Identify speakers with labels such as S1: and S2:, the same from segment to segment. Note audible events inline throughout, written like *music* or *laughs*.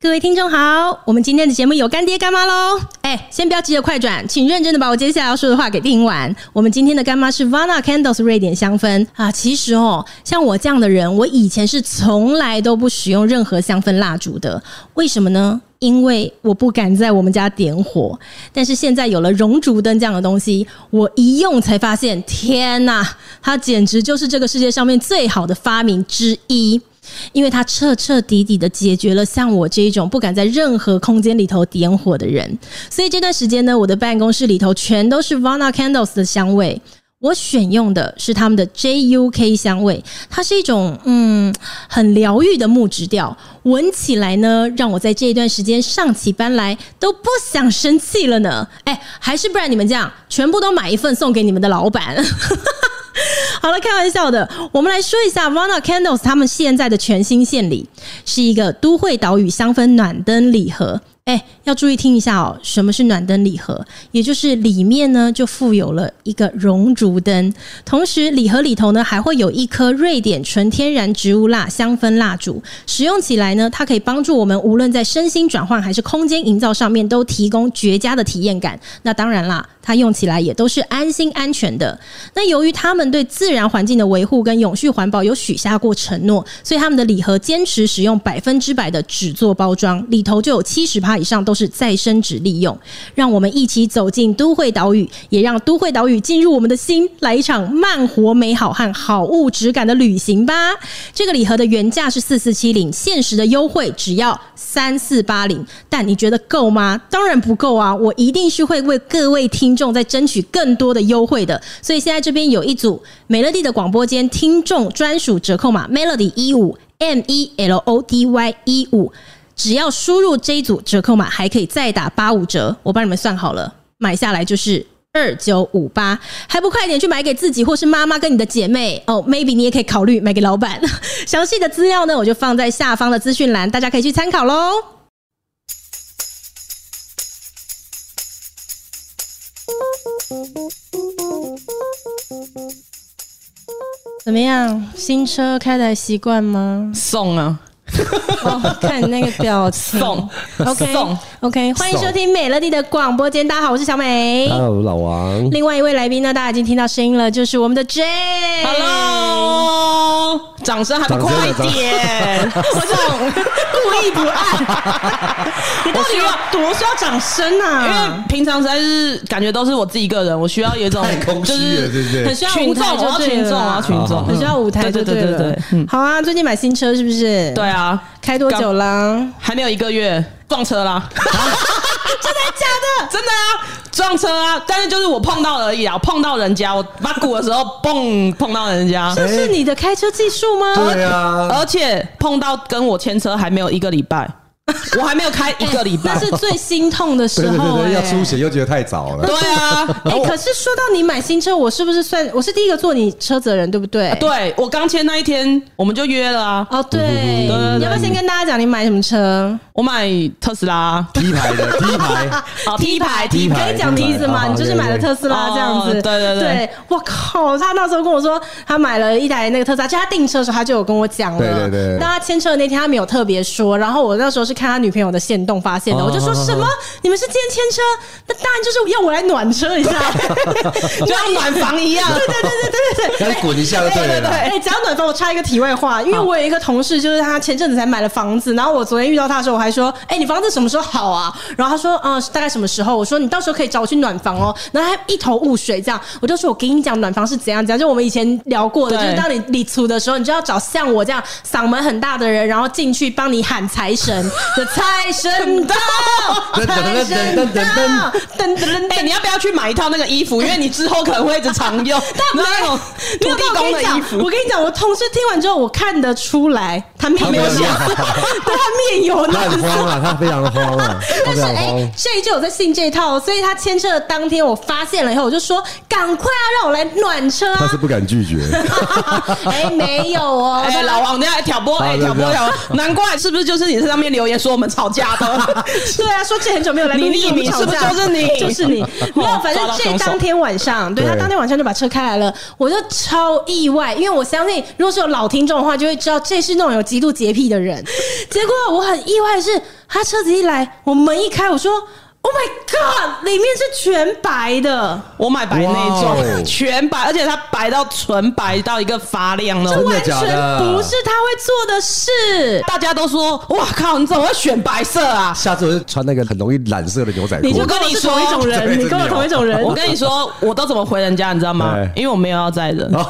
S1: 各位听众好，我们今天的节目有干爹干妈喽。哎、先不要急着快转，请认真的把我接下来要说的话给听完。我们今天的干妈是 Vana Candles 瑞典香氛啊。其实哦，像我这样的人，我以前是从来都不使用任何香氛蜡烛的。为什么呢？因为我不敢在我们家点火，但是现在有了熔烛灯这样的东西，我一用才发现，天呐，它简直就是这个世界上面最好的发明之一。因为它彻彻底底的解决了像我这一种不敢在任何空间里头点火的人，所以这段时间呢，我的办公室里头全都是 Vana Candles 的香味。我选用的是他们的 JUK 香味，它是一种嗯很疗愈的木质调，闻起来呢，让我在这一段时间上起班来都不想生气了呢。哎，还是不然你们这样，全部都买一份送给你们的老板。好了，开玩笑的，我们来说一下 Vana Candles 他们现在的全新献礼，是一个都会岛屿香氛暖灯礼盒。哎、要注意听一下哦，什么是暖灯礼盒？也就是里面呢就附有了一个熔烛灯，同时礼盒里头呢还会有一颗瑞典纯天然植物蜡香氛蜡烛，使用起来呢，它可以帮助我们无论在身心转换还是空间营造上面都提供绝佳的体验感。那当然啦，它用起来也都是安心安全的。那由于他们对自然环境的维护跟永续环保有许下过承诺，所以他们的礼盒坚持使用百分之百的纸做包装，里头就有七十趴以上都是再生纸利用。让我们一起走进都会岛屿，也让都会岛屿进入我们的心，来一场慢活美好和好物质感的旅行吧。这个礼盒的原价是四四七零，限时的优惠只要三四八零，但你觉得够吗？当然不够啊！我一定是会为各位听众再争取更多的优惠的。所以现在这边有一组美乐蒂的广播间听众专属折扣码 Melody 一五 M E L O D Y 一五，只要输入这一组折扣码，还可以再打八五折。我帮你们算好了，买下来就是。二九五八，还不快点去买给自己或是妈妈跟你的姐妹哦、m a y b e 你也可以考虑买给老板。 *laughs* 详细的资料呢，我就放在下方的资讯栏，大家可以去参考喽。怎么样？新车开的习惯吗？
S2: 送啊，
S1: 哦，看你那个表情。
S2: 送
S1: OK
S2: 送
S1: OK，欢迎收听美乐蒂的广播间。大家好，我是小美。
S3: Hello，老王，
S1: 另外一位来宾呢，大家已经听到声音了，就是我们的 J。
S2: ，Hello，掌声还不快点！我 *laughs* 想故意不按，
S1: 你到底有多需要掌声
S2: 因
S1: 啊？
S2: 为平常实在是感觉都是我自己个人，我需要有一种
S3: 太空
S2: 就
S3: 虚了，对
S2: 是
S3: 不对
S1: 很？需要
S2: 群
S1: 舞
S2: 众，
S1: 台
S2: 我
S1: 就
S2: 要
S1: 对
S2: 群
S1: 了
S2: 众，我要
S1: 啦，
S2: 群众，
S1: 很需要舞台就
S2: 啊对
S1: 对
S2: 对对
S1: 了
S2: 对，嗯，
S1: 好啊，最近买新车是不是？
S2: 对，啊，
S1: 开多久啦？
S2: 还没有一个月撞车啦， *laughs*
S1: 真的假的？
S2: 真的啊，撞车啊，但是就是我碰到而已啊，我碰到人家，我把鼓的时候嘣碰到人家，
S1: 这是你的开车技术吗？
S3: 哎对啊，
S2: 而且碰到跟我牵车还没有一个礼拜，我还没有开一个礼
S1: *laughs*
S2: 拜
S1: 那。是最心痛的
S3: 对
S1: 时
S3: 对对
S1: 候哎、
S3: 对，要出血又觉得太早 *laughs* 了。
S2: 对啊，
S1: 哎、可是说到你买新车，我是不是算我是第一个坐你车子的人，对不啊对？
S2: 对我刚签那一天我们就约了啊，
S1: 哦，对，
S2: 对
S1: 你要不要先跟大家讲你买什么车？
S2: 我买特斯拉啊
S3: 第一排的，第一排，
S2: 哦 T 牌
S3: T 牌
S1: 啊可以讲梯子吗？
S3: T 牌
S1: 你就是买了特斯拉这样子，
S2: 哦对对对
S1: 对，我靠！他那时候跟我说，他买了一台那个特斯拉，就他订车的时候他就有跟我讲了。
S3: 对对对
S1: 那他签车的那天他没有特别说，然后我那时候是看他女朋友的线动发现的，
S3: 哦
S1: 我就说
S3: 哦哦
S1: 什么你们是今天签车？那当然就是要我来暖车一下，
S3: *laughs*
S2: 就像暖房一 *laughs* 样。
S1: 对对对对对对。
S3: 让你滚一下就对了啦。
S1: 哎、讲到暖房，我插一个题外话，因为我有一个同事，就是他前阵子才买了房子，然后我昨天遇到他的时候，我还说，哎、你房子什么时候好啊？然后他说，嗯、大概什么时候？我说你到时候可以找我去暖房哦。然后他一头雾水，这样，我就说我给你讲暖房是怎样怎样，就我们以前聊过的，就
S2: 对
S1: 是当你立储的时候，你就要找像我这样嗓门很大的人，然后进去帮你喊财
S3: *laughs*
S1: 神的财神到，
S3: 噔噔
S1: 财神到，
S3: 噔噔
S1: 噔
S3: 噔噔
S1: 噔噔
S2: 哎，
S1: 噔。
S2: 你要不要去买一套那个衣服？因为你之后可能会一直常 *laughs* 用，
S1: *laughs* 没
S2: 那
S1: 有
S2: 种
S1: 没有
S2: 土地
S1: 但我
S2: 公
S1: 跟
S2: 的
S1: 你
S2: 衣
S1: 讲，
S2: 服
S1: 我。跟你讲，我同事听完之后，我看得出来，他
S2: *laughs*
S1: 面没有
S3: 他
S1: 想
S3: 没有，
S1: *laughs* 对他面有
S3: 他很
S1: 难。
S3: 慌啊，他非常的慌啊，他
S1: 但
S3: 非
S1: 是
S3: 常
S1: 哎、
S3: 慌。
S1: 这一就有在信这一套，所以他牵车的当天，我发现了以后，我就说赶快啊，让我来暖车
S3: 他
S1: 啊！
S3: 是不敢拒绝，
S1: *laughs* 哎、没有哦，
S2: *laughs* 哎，老王，你要来挑拨，哎，
S3: 啊
S2: 挑拨
S3: 对对
S2: 挑
S3: *laughs*
S2: 拨，难怪是不是就是你在上面留言说我们吵架的？
S1: *laughs* 对啊，说这很久没有来录
S2: 你
S1: 音，
S2: 匿名
S1: 我们吵架
S2: 是不是就是你哦
S1: 就是
S2: *laughs*
S1: 你。没有，反正
S2: 抓到
S1: 这
S2: 凶手
S1: 当天晚上，对
S3: 对
S1: 他当天晚上就把车开来了，我就超意外，因为我相信如果是有老听众的话，就会知道这是那种有极度洁癖的人。结果我很意外的是，他车子一来，我门一开，我说 “Oh my god”，里面是全白的，
S2: 我买白内
S3: 哇哦
S2: 装，全白，而且它白到纯白到一个发亮那
S1: 这
S2: 种。
S3: 的
S1: 完全
S3: 假的
S1: 不是他会做的事。
S2: 大家都说，哇靠，你怎么会选白色啊？
S3: 下次我就穿那个很容易染色的牛仔裤。
S1: 你
S3: *laughs*
S1: 就跟
S2: 跟
S1: 我
S2: 你
S1: 是同一种
S3: 说
S1: 人，你跟我同一种人，
S2: 我跟你说，我都怎么回人家，你知道吗
S3: 哎？
S2: 因为我没有要载人，
S3: 哦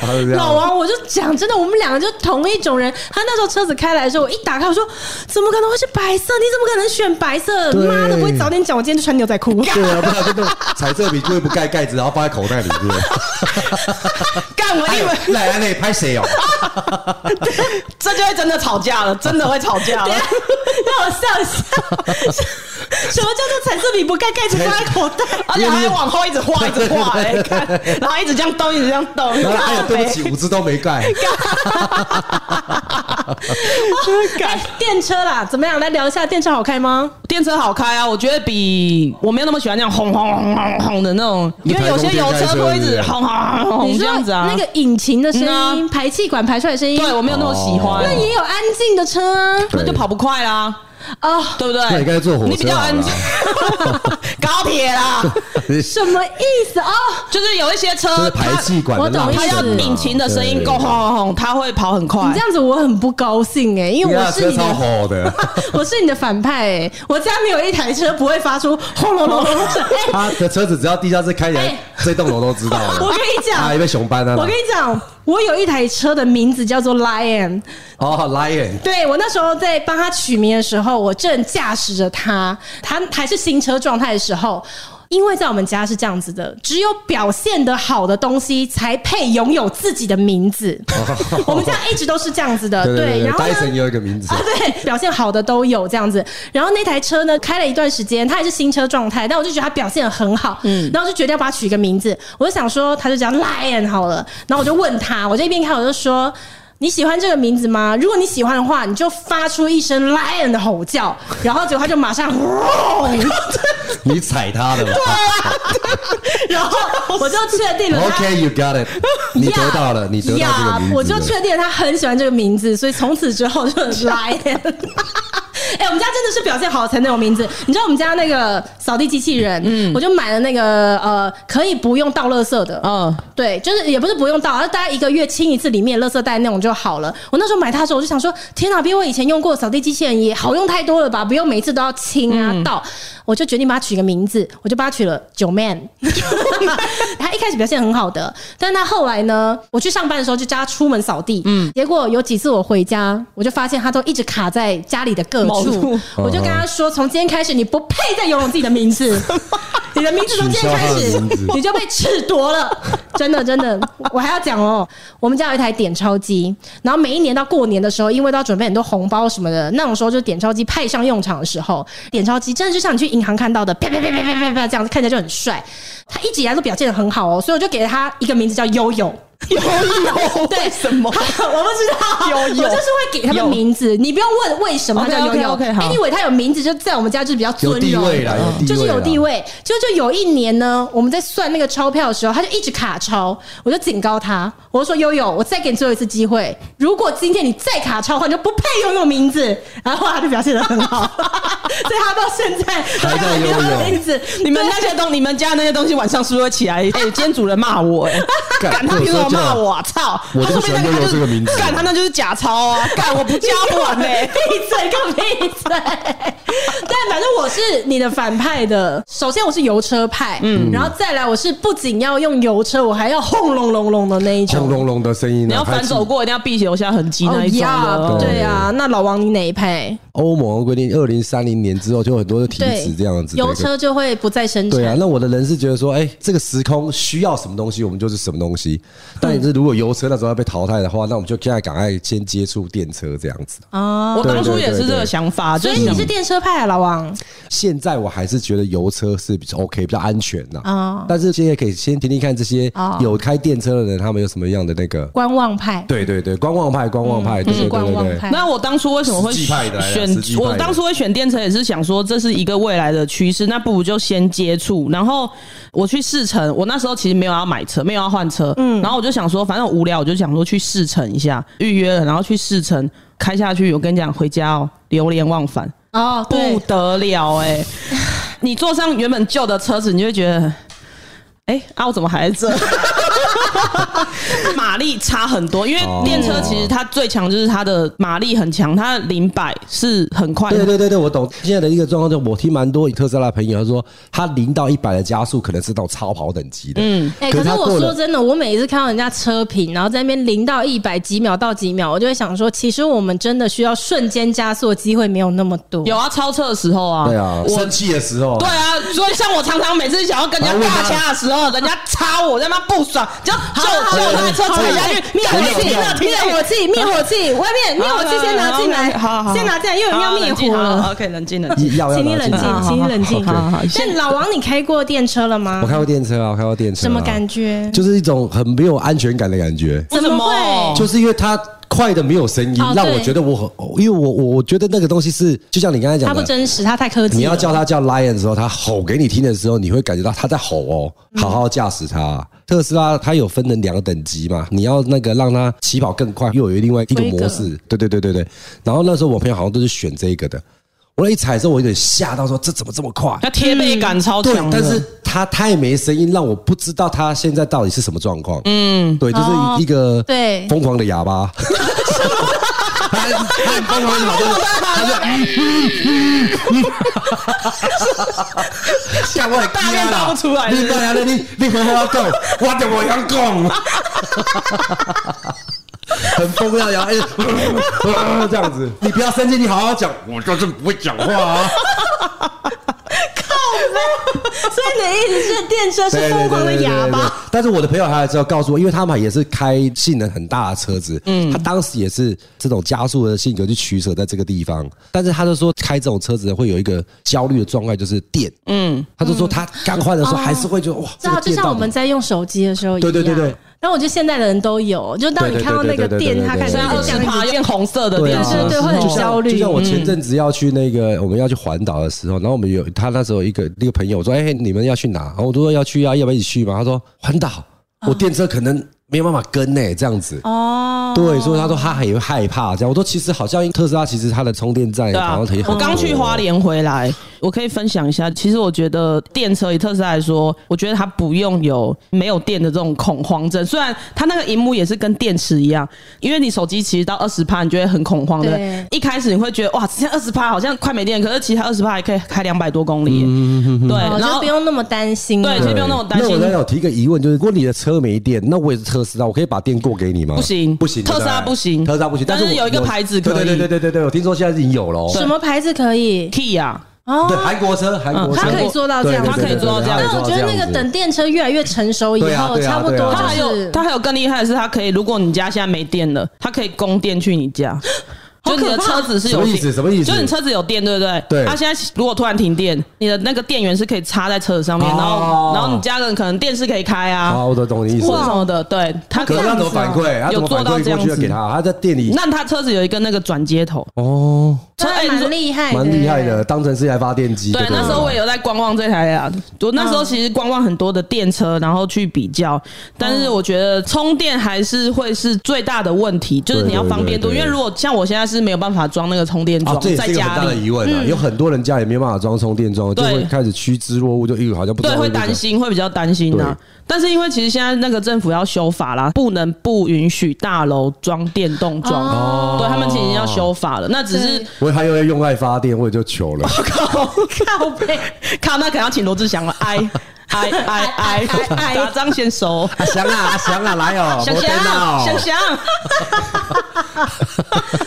S3: 他是这样
S1: *laughs* 老王，我就讲真的，我们两个就同一种人。他那时候车子开来的时候，我一打开，我说怎么可能会是白色？你怎么可能选白色？
S3: 对
S1: 妈的，不会早点讲，我今天就穿牛仔 *laughs* 裤。
S3: 对啊，不然就那种彩色笔就会不盖盖子，然后放在口袋里面。
S2: 干我
S3: 哎
S2: 以
S3: 呦
S2: 为
S3: 来来来，拍谁哦？
S2: 这就会真的吵架
S3: *laughs*
S2: 了，真的会吵架
S3: 啊
S2: 了。
S1: 让我笑一笑，什么叫做彩色笔不盖盖子放在口袋？
S2: 而且还往后一直画，一直
S3: *laughs*
S2: 画，哎，看，然后一直这样动，一直这样动，
S3: 然后 *laughs* 哎呦，
S2: 靠
S3: 对
S2: 北
S3: 不起， *laughs* 五只都没盖。
S1: 哎，电车啦，怎么样？来聊一下电车好开吗？
S2: 电车好开啊，我觉得比我没有那么喜欢那样轰轰轰轰轰的那种，
S3: 你
S2: 因为有些油车会一直轰轰轰
S1: 你
S2: 轰
S1: 说
S2: 这样子啊。
S1: 那个引擎的声
S2: 嗯
S1: 音，排气管排出来的声音，
S2: 对我没有
S3: 哦
S2: 那么喜欢，啊
S1: 那也有安静的车啊。
S3: 对
S2: 那就跑不快啦，
S1: 哦，
S2: 对不对？
S3: 那你该坐火
S2: 你比
S3: 车啊
S2: 较
S3: 好
S2: 安
S3: 了 *laughs*
S2: 静，高铁啦，
S1: 什么意思？哦，
S2: 就是有一些
S3: 就是
S2: 车
S3: 排气管
S1: 我
S3: 的
S1: 懂
S3: 浪
S2: 它，
S3: 声
S2: 它
S3: 啊，
S2: 要引擎的声音
S3: 对
S2: 够轰轰轰，它会跑很快
S1: 你这。样子我很不高兴哎，因为我
S3: 呀
S1: 是
S3: 啊车
S1: 你
S3: 超
S1: 的。
S3: 好的，
S1: *laughs* 我是你的反派哎、我家没有一台车不会发出轰隆隆隆的声音。哎
S3: 他的车子只要地下室开起来
S1: 哎，
S3: 这栋楼都知道了。
S1: *laughs* 我跟你讲
S3: 啊，因为熊班啊，
S1: 我跟你讲，我有一台车的名字叫做 Lion。
S3: 哦，Lion，
S1: 对我那时候在帮他取名的时候，我正驾驶着它，它还是新车状态的时候。因为在我们家是这样子的，只有表现的好的东西才配拥有自己的名字。我们家一直都是这样子的，
S3: 哦对对对
S1: 呃然后呢
S3: ，Dyson 也有一个名字
S1: *laughs* 啊，，对，表现好的都有这样子。然后那台车呢，开了一段时间，它还是新车状态，但我就觉得它表现得很好，嗯，然后我就决定要把它取一个名字。我就想说，它就叫 Lion 好了。然后我就问他，我这边看我就说。你喜欢这个名字吗？如果你喜欢的话，你就发出一声 lion 的吼叫，然后结果他就马上，嗡
S3: 你踩他的嘛。
S1: 啊然后我就确定了他
S3: OK，you got it，你 *laughs* 得到了，你得到这个
S1: 呀
S3: 名字，
S1: 我就确定他很喜欢这个名字，所以从此之后就来。 *laughs* 哎、我们家真的是表现好才能有名字。你知道我们家那个扫地机器人，我就买了那个呃，可以不用倒垃圾的，
S3: *laughs*
S2: 嗯，
S1: 对，就是也不是不用倒，而大概一个月清一次里面垃圾袋那种就好了。我那时候买它的时候，我就想说，天哪，比我以前用过的扫地机器人也好用太多了吧，不用每次都要清啊倒。我就决定把它取个名字，我就把它取了九 man。他一开始表现很好的，但他后来呢，我去上班的时候就叫他出门扫地，嗯，结果有几次我回家，我就发现他都一直卡在家里的各
S2: 某
S1: 处
S2: 处，
S1: 我就跟他说，从今天开始你不配再拥有自己的名字。你的名字从今天开
S3: 取消
S1: 始
S3: 他的名字，
S1: *laughs* 你就被褫夺了， *laughs* 真的真的，我还要讲哦，我们家有一台点钞机，然后每一年到过年的时候，因为都要准备很多红包什么的，那种时候就点钞机派上用场的时候，点钞机真的就像你去银行看到的，啪啪啪啪啪啪啪这样子，看起来就很帅。他一直以来都表现的很好哦，所以我就给他一个名字叫悠悠。
S2: 有 *laughs* 有
S1: 对
S2: 为什么？
S1: *laughs* 我不知道，
S2: *laughs* 悠
S1: 我
S2: 悠
S1: 就是会给他们名字，你不用问为什么他叫悠悠。
S2: OK，OK，OK，好
S1: anyway，他有名字就在我们家就是比较尊
S3: 有
S1: 荣，
S3: 地位啦，有地位，
S1: 嗯就是有地。位。就就有一年呢，我们在算那个钞票的时候，他就一直卡钞，我就警告他，我就说悠悠，我再给你最后一次机会，如果今天你再卡钞的话，你就不配拥有名字。然后他就表现的很好，所以他到现在
S3: 还叫悠悠
S1: 没有名字。
S2: *laughs* 你们
S1: 对
S2: 那些东，你们家那些东西晚上是不是会起 *laughs* 来？哎、今天主人骂我、哎，
S3: 干
S2: 干他凭什么骂我、啊？操！
S3: 我
S2: 他
S3: 都
S2: 说
S3: 喜
S2: 不定
S3: 欢
S2: 那
S3: 悠
S2: 他
S3: 悠
S2: 就是
S3: 这个名字
S2: 干他那就是假钞 *laughs* 啊！干哎我不加不完呢、 *laughs*
S1: 闭嘴，给我闭嘴！但反正我是你的反派的。首先我是油车派，嗯，然后再来我是不仅要用油车，我还要轰隆隆隆的那一
S3: 轰
S1: 种。
S3: 隆隆的声音啊，
S2: 你要反走过，一定要必留下痕迹那一种
S1: 哦
S2: 的
S1: 呀
S2: 哦。
S1: 对啊，那老王你哪一派？
S3: 欧盟规定，二零三零年之后就有很多的停
S1: 对
S3: 止这样子的一个
S1: 油车就会不再生
S3: 对啊，
S1: 产。
S3: 那我的人是觉得说，哎、这个时空需要什么东西，我们就是什么东西。但你是如果油车那时候要被淘汰的话，那我们就现在赶快先接触电车这样子。
S1: 哦，
S2: 我当初也是这
S3: 对对
S2: 个
S3: 对
S2: 想法，
S1: 所
S2: 就
S1: 以
S2: 是
S1: 你是电车派啊，老王。
S3: 现在我还是觉得油车是比较 OK，比较安全呐、
S1: 哦
S3: 但是现在可以先听听看这些
S1: 哦
S3: 有开电车的人，他们有什么样的那个？
S1: 观望派，
S3: 对对对，观望派，观望派，对对
S1: 嗯观
S3: 对
S1: 望
S3: 对
S1: 派
S3: 对。
S2: 那我当初为什么会
S3: 实际派的来啦实际
S2: 选？
S3: 派的
S2: 我当初会选电车也是想说这是一个未来的趋势，那不如就先接触。然后我去试乘，我那时候其实没有要买车，没有要换车，嗯，然后我就想说，反正我无聊，我就想说去试乘一下，预约了，然后去试乘，开下去，我跟你讲，回家哦，流连忘返，
S1: 哦，
S2: 不
S1: 对，
S2: 得了哎、你坐上原本旧的车子，你就会觉得，哎、啊，我怎么还在这？马力差很多，因为电车其实它最强就是它的马力很强，它的零百是很快的。
S3: 对对对对，我懂。现在的一个状况就是，我听蛮多特斯拉的朋友他说，他零到一百的加速可能是到超跑等级的。嗯，
S1: 哎、
S3: 可
S1: 可是
S3: 是他过
S1: 我
S3: 了
S1: 说真的，我每一次看到人家车评，然后在那边零到一百几秒到几秒，我就会想说，其实我们真的需要瞬间加速的机会没有那么多。
S2: 有啊，超车的时候啊，
S3: 对啊，
S2: 我
S3: 生气的时候，
S2: 对啊，所以像我常常每次想要跟人家大掐的时候，人家插我，他妈不爽，就就就他的车踩下去，
S1: 灭火器，灭火器，灭火器，外面灭火器先拿进来，
S2: 好好好，
S1: 先拿进来，因为有人要灭火
S2: 好好好
S1: 了，
S2: ，OK，冷静冷静。
S3: 要要
S1: 请你冷
S2: 好
S1: 静，
S2: 好
S1: 请你冷
S2: 好好
S1: 静。
S2: 好
S1: 但老王，你开过电车了吗
S3: 我？开过电车啊，我开过电车、啊，
S1: 什么感觉？
S3: 就是一种很没有安全感的感觉，
S1: 怎么
S2: 为什
S1: 会
S2: 么？
S3: 就是因为它快的没有声音
S1: 哦，
S3: 让我
S1: 对
S3: 觉得我很，哦因为我我我觉得那个东西是，就像你刚才
S1: 它
S3: 讲
S1: 不
S3: 的。
S1: 真实，它太科技了。
S3: 你要叫它叫 lion 的时候，它吼给你听的时候，你会感觉到它在吼哦，
S1: 嗯
S3: 好好驾驶它。特斯拉它有分成两个等级嘛，你要那个让它起跑更快，又有另外一个模式，对对对对对。然后那时候我朋友好像都是选这个的，我一踩的时候我有点吓到，说这怎么这么快？
S2: 那贴背感超
S3: 对
S2: 强，的，
S3: 但是他太没声音，让我不知道他现在到底是什么状况。嗯，对，就是
S1: 哦
S3: 一个
S1: 对
S3: 疯狂的哑巴。他他很疯狂的跑，就是他就嗯嗯嗯，吓我很
S2: 大便倒不出来
S3: 你
S2: 是不是
S3: 不然你你回我讲，我就我想讲， *laughs* 很疯狂的哑巴，一直嗯 *laughs* 这样子，你不要生气，你好好讲，我就是不会讲话啊。
S1: *laughs* 所以你的意思是
S3: *laughs*
S1: 电车是
S3: 对
S1: 疯狂的哑。
S3: 对对对对对
S1: 巴？
S3: 但是我的朋友还是要告诉我，因为他们也是开性能很大的车子，嗯，他当时也是这种加速的性格去取舍在这个地方，但是他就说开这种车子会有一个焦虑的状态，就是电，嗯，他就说他刚换
S1: 嗯
S3: 的时候还是会觉得哇，
S1: 知
S3: 这
S1: 道，
S3: 个
S1: 哦就
S3: 电
S1: 像
S3: 到
S1: 我们
S3: 底。
S1: 在用手机的时候一样。
S3: 对对对对。
S1: 但我觉得现在的人都有，就当你
S3: 对对对
S1: 看到那个
S3: 对对对
S1: 电，
S3: 对
S1: 它开始
S2: 虽然
S1: 会
S2: 二
S1: 这
S2: 十
S1: 样
S2: 趴
S1: 子
S2: 变红色的
S3: 对
S2: 电
S3: 啊，
S2: 车，
S1: 对对会很
S3: 就像
S1: 焦虑嗯
S3: 就像我前阵子要去那个，我们要去环岛的时候，然后我们有他那时候有一个那个朋友我说：“哎，你们要去哪？”然后我就说：“要去啊，要不要一起去嘛？”他说：“环岛，我
S1: 啊
S3: 电车可能没有办法跟呢、这样子。”
S1: 哦。
S3: 对，所以他说他很害怕这样。我说其实好像特斯拉其实它的充电站
S2: 对
S3: 好
S2: 啊
S3: 像很，
S2: 我刚去花，莲回来，我可以分享一下。其实我觉得电车以特斯拉来说，我觉得它不用有没有电的这种恐慌症。虽然它那个荧幕也是跟电池一样，因为你手机其实到二十趴，你就会很恐慌的
S1: 对。
S2: 一开始你会觉得哇，只剩二十趴好像快没电，可是其实它二十趴还可以开两百多公
S3: 嗯
S2: 里耶。对，
S1: 哦，
S2: 然
S1: 就
S2: 后
S1: 不用那么担心了。
S2: 对
S3: 对
S2: 所以不用那么担
S3: 那
S2: 心
S3: 我刚才有提一个疑问，就是如果你的车没电，那我也是特斯拉，我可以把电过给你吗？
S2: 不行
S3: 不行，
S2: 特斯拉
S3: 对对
S2: 不行
S3: 特斯拉不行。
S2: 但是
S3: 是我
S2: 有一个牌子可
S3: 对
S2: 以
S3: 对对对对对对，我听说现在已经有了哦。
S1: 什么牌子可以？
S2: Kia
S1: 哦
S3: 对，，韩国车，韩国车，
S1: 它可以做到这样
S3: 对对对
S2: 它可以做到这样
S3: 对
S1: 但
S3: 对对
S1: 我觉得那个
S3: 它可以做到这样子
S1: 等电车越来越成熟以
S3: 对啊
S1: 后，
S3: 对啊
S1: 差不多
S3: 对啊
S2: 它还
S1: 就
S2: 有
S1: 是
S2: 它还有更厉害的是，它可以，如果你家现在没电了，它可以供电去你家。就你的车子是有
S3: 什么意思什么意思
S2: 就你车子有电，对不对？
S3: 对
S2: 它现在如果突然停电，你的那个电源是可以插在车子上面，
S3: 哦
S2: 然后然后你家人可能电视可以开啊，
S3: 好，我懂你意思
S2: 或。者什么的。对，它
S3: 可
S2: 以
S3: 是他怎么反馈？他怎
S2: 啊有
S3: 么
S2: 做
S3: 反
S2: 到
S3: 馈
S2: 这
S3: 过
S2: 样
S3: 去要给
S2: 子。
S3: 他？他在店里
S2: 那它车子有一个那个转接头，
S3: 哦，
S1: 真
S2: 哎
S1: 的
S2: 你说
S1: 蛮厉害的，
S3: 蛮厉害的，。当成是一台发电机。
S2: 对，
S3: 不
S2: 那时候我也有在观望这台啊，我那时候其实观望很多的电车，然后去比较，但是我觉得充电还是会是最大的问题，就是你要方便度，
S3: 对对对对
S2: 因为如果像我现在是没有办法装那个充电桩
S3: 啊，这也
S2: 在
S3: 是一个
S2: 家
S3: 很大的
S2: 里。
S3: 疑问啊！有很多人家也没办法装充电桩，就
S2: 对
S3: 会开始趋之若鹜，就一好像不知
S2: 对，
S3: 道
S2: 会担心，会比较担心呐、
S3: 对
S2: 但是因为其实现在那个政府要修法啦，不能不允许大楼装电动桩。
S1: 哦
S2: 对他们其实要修法了，那只是 *laughs*
S1: 对
S3: 我还有要用爱发电，我也就求了。
S2: 靠靠
S3: *laughs*
S2: 背靠，那可能要请罗志 *laughs* 祥了。哎哎哎哎哎，打张先手。
S3: 阿翔 *laughs* 啊，阿翔啊，来 *laughs* 哦，
S2: 想
S3: 没电啊
S2: 想想
S3: 哦，
S2: 想，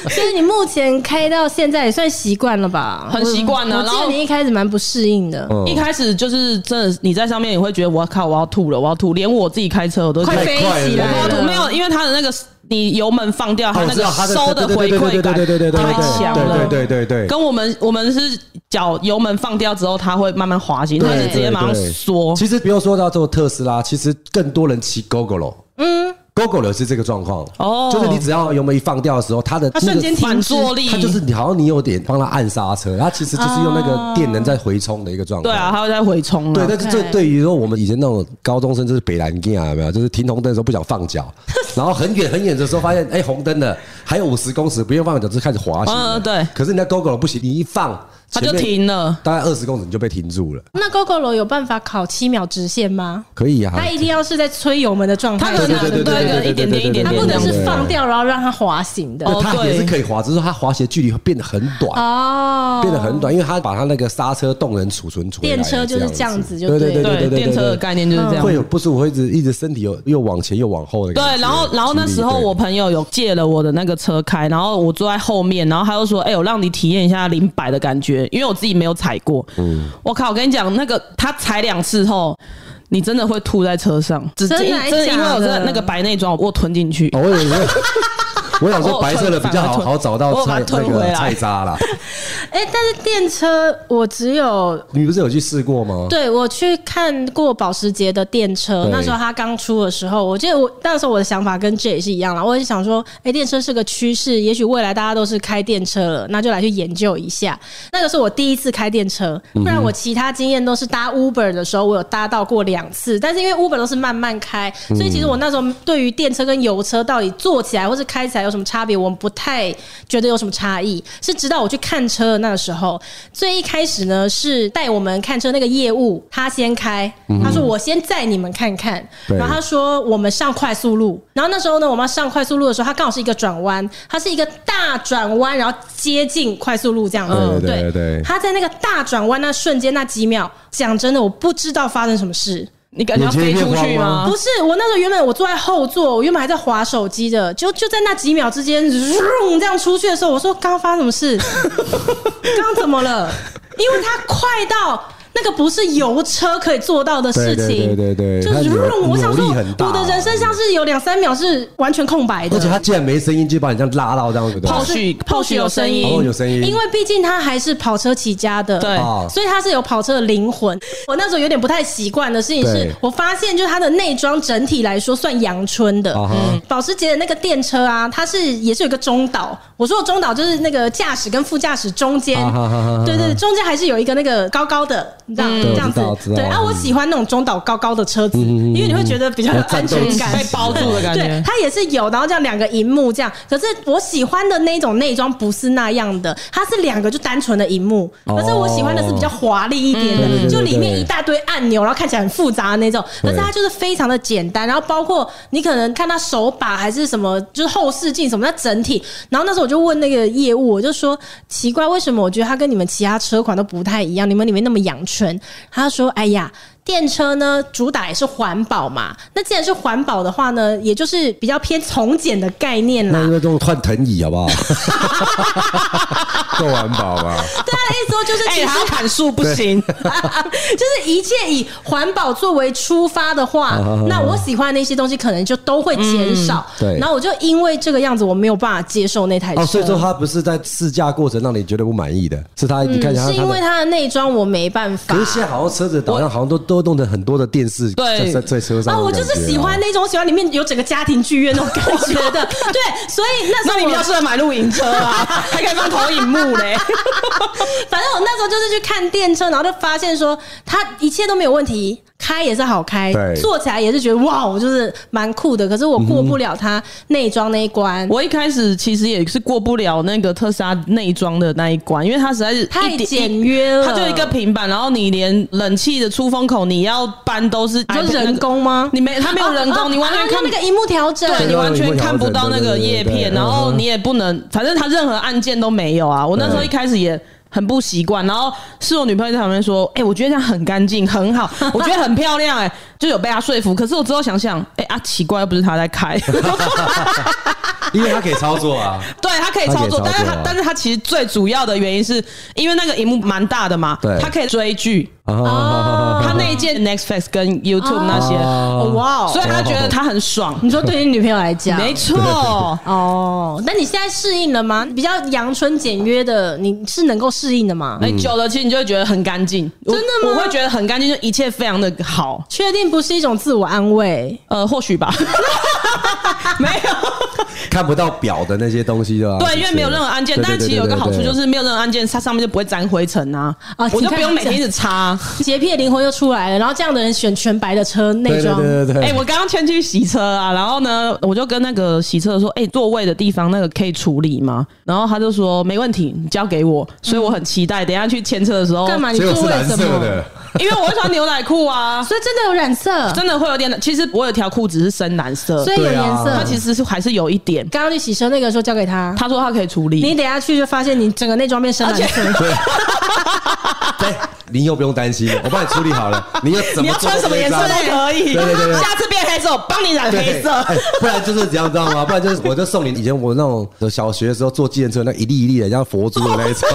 S1: 所以你目前开到现在也算习惯了吧？
S2: 很习惯了
S1: 我我记
S2: 然
S1: 得
S2: 后
S1: 你一开始蛮不适应的，
S3: 嗯
S2: 一开始就是真的，你在上面你会觉得我靠，我要吐了，我要吐，连我自己开车我都觉
S1: 快
S2: 得
S1: 飞
S3: 太快了
S1: 起
S2: 我
S1: 来
S2: 要
S1: 了，
S2: 吐，没有，因为它的那个你油门放掉，它
S3: 哦我
S2: 那
S3: 知
S2: 个
S3: 道它的
S2: 收的回馈感
S3: 对对对对对对对
S2: 太强了，
S3: 对对对对对。
S2: 跟我们我们是脚油门放掉之后，它会慢慢滑行，它
S3: 对
S2: 是直接马上缩。
S3: 其实不用说到这个特斯拉，其实更多人骑 GoGo 嗯，GoGo 是这个状况
S2: 哦
S3: 就是你只要油门一放掉的时候，它的
S1: 它瞬间停止
S2: 反坐力
S3: 它就是你好像你有点帮它按刹车，它其实就是用那个电能在回充的一个状
S2: 对
S3: 况。
S2: 啊，它会再回冲啊。
S3: 对，但是这
S1: OK
S3: 对于说我们以前那种高中生，就是北兰镜啊，有没有？就是停红灯的时候不想放脚，然后很远很远的时候发现，哎、红灯了，还有五十公尺，不用放脚，就开始滑行了。
S2: 嗯对
S3: 可是人家 GoGo 不行，你一放，
S2: 它就
S3: 前面，
S2: 停了。
S3: 大概二十公尺你就被停住了。
S1: 那 GoGo 楼有办法考七秒直线吗？
S3: 可以啊，
S1: 它一定要是在催油门的状态
S2: 它
S1: 下，
S2: 可能
S3: 对对
S2: 对
S3: 对对对
S2: 一点
S3: 对对
S2: 点一
S3: 对
S2: 点
S1: 它
S2: 点
S1: 不
S2: 这
S1: 能
S2: 样
S1: 是
S2: 子。
S1: 放掉然后让它滑行的
S2: 哦
S3: 它也
S2: 对
S3: 是可以滑，只是说它滑行的距离会变得很短。
S1: 哦，
S3: 变得很短，因为它把它那个刹车动能储存出来。
S1: 电车就是这样子就
S3: 对
S1: 对
S3: 对
S1: 了
S3: 对
S2: 对，电车的概念就是这样
S3: 会。有不舒服，会一直一直身体有又往前又往后的
S2: 对
S3: 感觉。，
S2: 然后然后那时候
S3: 对
S2: 我朋友有借了我的那个车开，然后我坐在后面，然后他就说：“哎、我让你体验一下零百的感觉，因为我自己没有踩过。”
S3: 嗯
S2: 我靠，我跟你讲，那个他踩两次后，你真的会吐在车上，只
S1: 真的
S2: 因
S1: 还
S2: 真的
S1: 假
S2: 因为我
S1: 的
S2: 在那个白内装我吞进去。
S3: 哦，我以为 *laughs* 我想说白色的比较好
S2: 我把它吞
S3: 好找到
S2: 我把
S3: 菜
S2: 它
S3: 那
S2: 吞回
S3: 个
S2: 来
S3: 菜渣啦。
S1: 哎、但是电车我只有
S3: 你不是有去试过吗？
S1: 对我去看过保时捷的电车，
S3: 哦对
S1: 那时候它刚出的时候，我记得我那时候我的想法跟 J 也是一样啦。我也想说，哎、电车是个趋势，也许未来大家都是开电车了，那就来去研究一下。那个是我第一次开电车，不然我其他经验都是搭 Uber 的时候，我有搭到过两次，但是因为 Uber 都是慢慢开，所
S3: 嗯
S1: 以其实我那时候对于电车跟油车到底坐起来或是开起来有什么差别，我们不太觉得有什么差异。是直到我去看车的那个时候，最一开始呢是带我们看车那个业务，他先开，他说我先载你们看看，
S3: 对
S1: 然后他说我们上快速路，然后那时候呢我们要上快速路的时候，它刚好是一个转弯，它是一个大转弯，然后接近快速路这样子，
S3: 对对对对
S1: 他在那个大转弯那瞬间那几秒，讲真的，我不知道发生什么事。
S2: 你感觉要飞出去吗
S3: 嗯
S1: 不？是我那时候原本我坐在后座，我原本还在划手机的，就就在那几秒之间，这样出去的时候，我说刚刚发生什么
S3: *laughs*
S1: 事？刚刚怎么了？因为它快到。那个不是油车可以做到的事情，
S3: 对对对对对
S1: 就
S3: 它
S1: 是
S3: 扭
S1: 我想说，
S3: 扭力很大
S1: 我的人生像是有两三秒是完全空白的，
S3: 而且它竟然没声音，就把你这样拉到这样子的。
S2: 泡
S1: 是
S2: 许泡许有声
S3: 哦，
S2: 音，
S3: 有声音，
S1: 因为毕竟它还是跑车起家的，
S2: 对
S3: 啊，
S1: 所以它是有跑车的灵魂。我那时候有点不太习惯的事情是
S3: 对，
S1: 我发现就是它的内装整体来说算阳春的嗯
S3: 啊哈。
S1: 保时捷的那个电车啊，它是也是有一个中岛。我说的中岛就是那个驾驶跟副驾驶中间
S3: 啊哈哈哈哈，
S1: 对对，中间还是有一个那个高高的，你知道
S3: 对
S1: 这样子
S3: 我知道我知。道嗯
S1: 对啊，我喜欢那种中岛高高的车子，因为你会觉得比较有安全感，
S2: 被包住的感
S1: 对
S2: 觉，。
S1: 它也是有，然后这样两个荧幕这样。可是我喜欢的那种内装不是那样的，它是两个就单纯的荧幕，
S3: 哦
S1: 可是我喜欢的是比较华丽一点
S3: 嗯对
S1: 的，
S3: 对对
S1: 就里面
S3: 对
S1: 一大堆按钮，然后看起来很复杂的那种。可
S3: 对
S1: 是它就是非常的简单，然后包括你可能看它手把还是什么，就是后视镜什么，那整体。然后那时候我就问那个业务，我就说奇怪，为什么我觉得它跟你们其他车款都不太一样，你们里面那么养成？他说，哎呀。电车呢，主打也是环保嘛。那既然是环保的话呢，也就是比较偏从简的概念啦
S3: 那。那种换藤椅好不好？ *laughs*
S4: 够环保吧？
S1: *laughs* 对他的意思说就是，其
S2: 哎，
S1: 实、
S2: 还要砍树不
S1: *laughs*
S2: 行，
S1: 就是一切以环保作为出发的
S3: 啊
S1: 话，那我喜欢的那些东西可能就都会减少。
S3: 嗯对
S1: 然后我就因为这个样子，我没有办法接受那台车。
S3: 哦，所以说它不是在试驾过程让你觉得不满意的，是它你看
S1: 嗯，
S3: 起来
S1: 是
S3: 它
S1: 因为
S3: 的。
S1: 它的内装我没办法
S3: 可。是现在好像车子导向好像都都弄得很多的电视
S2: 对
S3: 在在在车上
S1: 啊，
S3: 的
S1: 我
S3: 感
S1: 就
S3: 觉啊。
S1: 是喜欢那种，我喜欢里面有整个家庭剧院那种感觉
S3: *laughs*
S1: 的。对，所以那时
S2: 那
S1: 候
S2: 你比较
S1: 我
S2: 适合买露营车
S1: *laughs*
S2: 啊，还可以放投影幕嘞。 *laughs*
S1: 反正我那时候就是去看电车，然后就发现说，它一切都没有问题，开也是好开
S3: 对，嗯
S1: 坐起来也是觉得哇，我就是蛮酷的。可是我过不了它内装那一关，
S2: 我一开始其实也是过不了那个特斯拉内装的那一关，因为它实在是
S1: 太
S2: 一点
S1: 简约了
S2: 它就一个平板，然后你连冷气的出风口你要搬都是
S1: 你说
S2: 那个
S1: 人工吗啊
S2: 你没它
S3: 哦
S2: 没有人工，你完全看
S1: 看那个荧幕调整，
S2: 对你完全看不到那个叶
S3: 对对对嗯
S2: 片，
S3: 对
S2: 然后你也不能，反正它任何按键都没有啊。我那时候一开始也。很不习惯，然后是我女朋友在旁边说：“哎、我觉得这样很干净，很好，我觉得很漂亮、
S3: *laughs*
S2: 哎，就有被她说服。可是我之后想想，哎、啊，奇怪，又不是她在开，
S3: 因为它可以操作啊。
S2: 对，它可以操作，
S3: 它可
S2: 但是
S3: 以操作啊
S2: 它但是它其实最主要的原因是因为那个荧幕蛮大的嘛
S3: 对，
S2: 它可以追剧，
S1: 哦
S2: 它那一件 Netflix 跟 YouTube 那些，
S3: 哦
S1: 哇哦
S2: 所以他觉得他很爽。
S1: 你说对你女朋友来讲，
S2: 没错，
S1: 哦，那你现在适应了吗？比较阳春简约的，你是能够适应的吗？
S3: 嗯
S2: 哎，久了其实你就会觉得很干净，我
S1: 真的吗
S2: 我会觉得很干净，就一切非常的好。
S1: 确定不是一种自我安慰？
S2: 呃，或许吧， *laughs* 没有。
S3: 看不到表的那些东西对吧？
S2: 对，因为没有任何按键，
S3: 哦对
S2: 但是其实有一个好处就，
S3: 对对对对对
S2: 是没有任何按键，它上面就不会沾灰尘啊
S1: 啊，
S2: 我
S1: 请
S2: 就
S1: 看
S2: 不用每天一直擦。啊
S1: 洁癖的灵魂又出来了，然后这样的人选全白的车内装，
S3: 对对对对
S2: 哎、
S3: 对，
S2: 我刚刚先去洗车啊，然后呢，我就跟那个洗车的说，哎、座位的地方那个可以处理吗？然后他就说没问题，你交给我，所以我很期待，等一下去牵车的时候
S1: 干嘛？你
S3: 结
S1: 座
S3: 果是
S1: 位
S3: 蓝
S1: 什
S3: 色
S1: 么？
S3: 的，
S2: *laughs* 因为我会穿牛仔裤啊， *laughs*
S1: 所以真的有染色，
S2: 真的会有点。其实我有条裤子是深蓝色，
S1: 所以有
S3: 对啊
S1: 颜色。
S2: 它其实是还是有一点。
S1: 刚刚去洗车那个时候交给他，
S2: 他说他可以处理，
S1: 你等一下去就发现你整个内装变深蓝色。
S3: 对，你又不用担心，我帮你处理好了。你要怎
S2: 你
S3: 么
S2: 要
S3: 做
S2: 穿什么颜色
S3: 都
S2: 都
S3: 可以知道
S2: 可以。
S3: 对对对对
S2: 下次变黑色，我帮你染黑
S3: 对，
S2: 色。
S3: 哎不然就是怎样知道吗？不然就是我就送你以前我那种小学的时候坐计程车那一粒一粒的，像佛珠的那一种。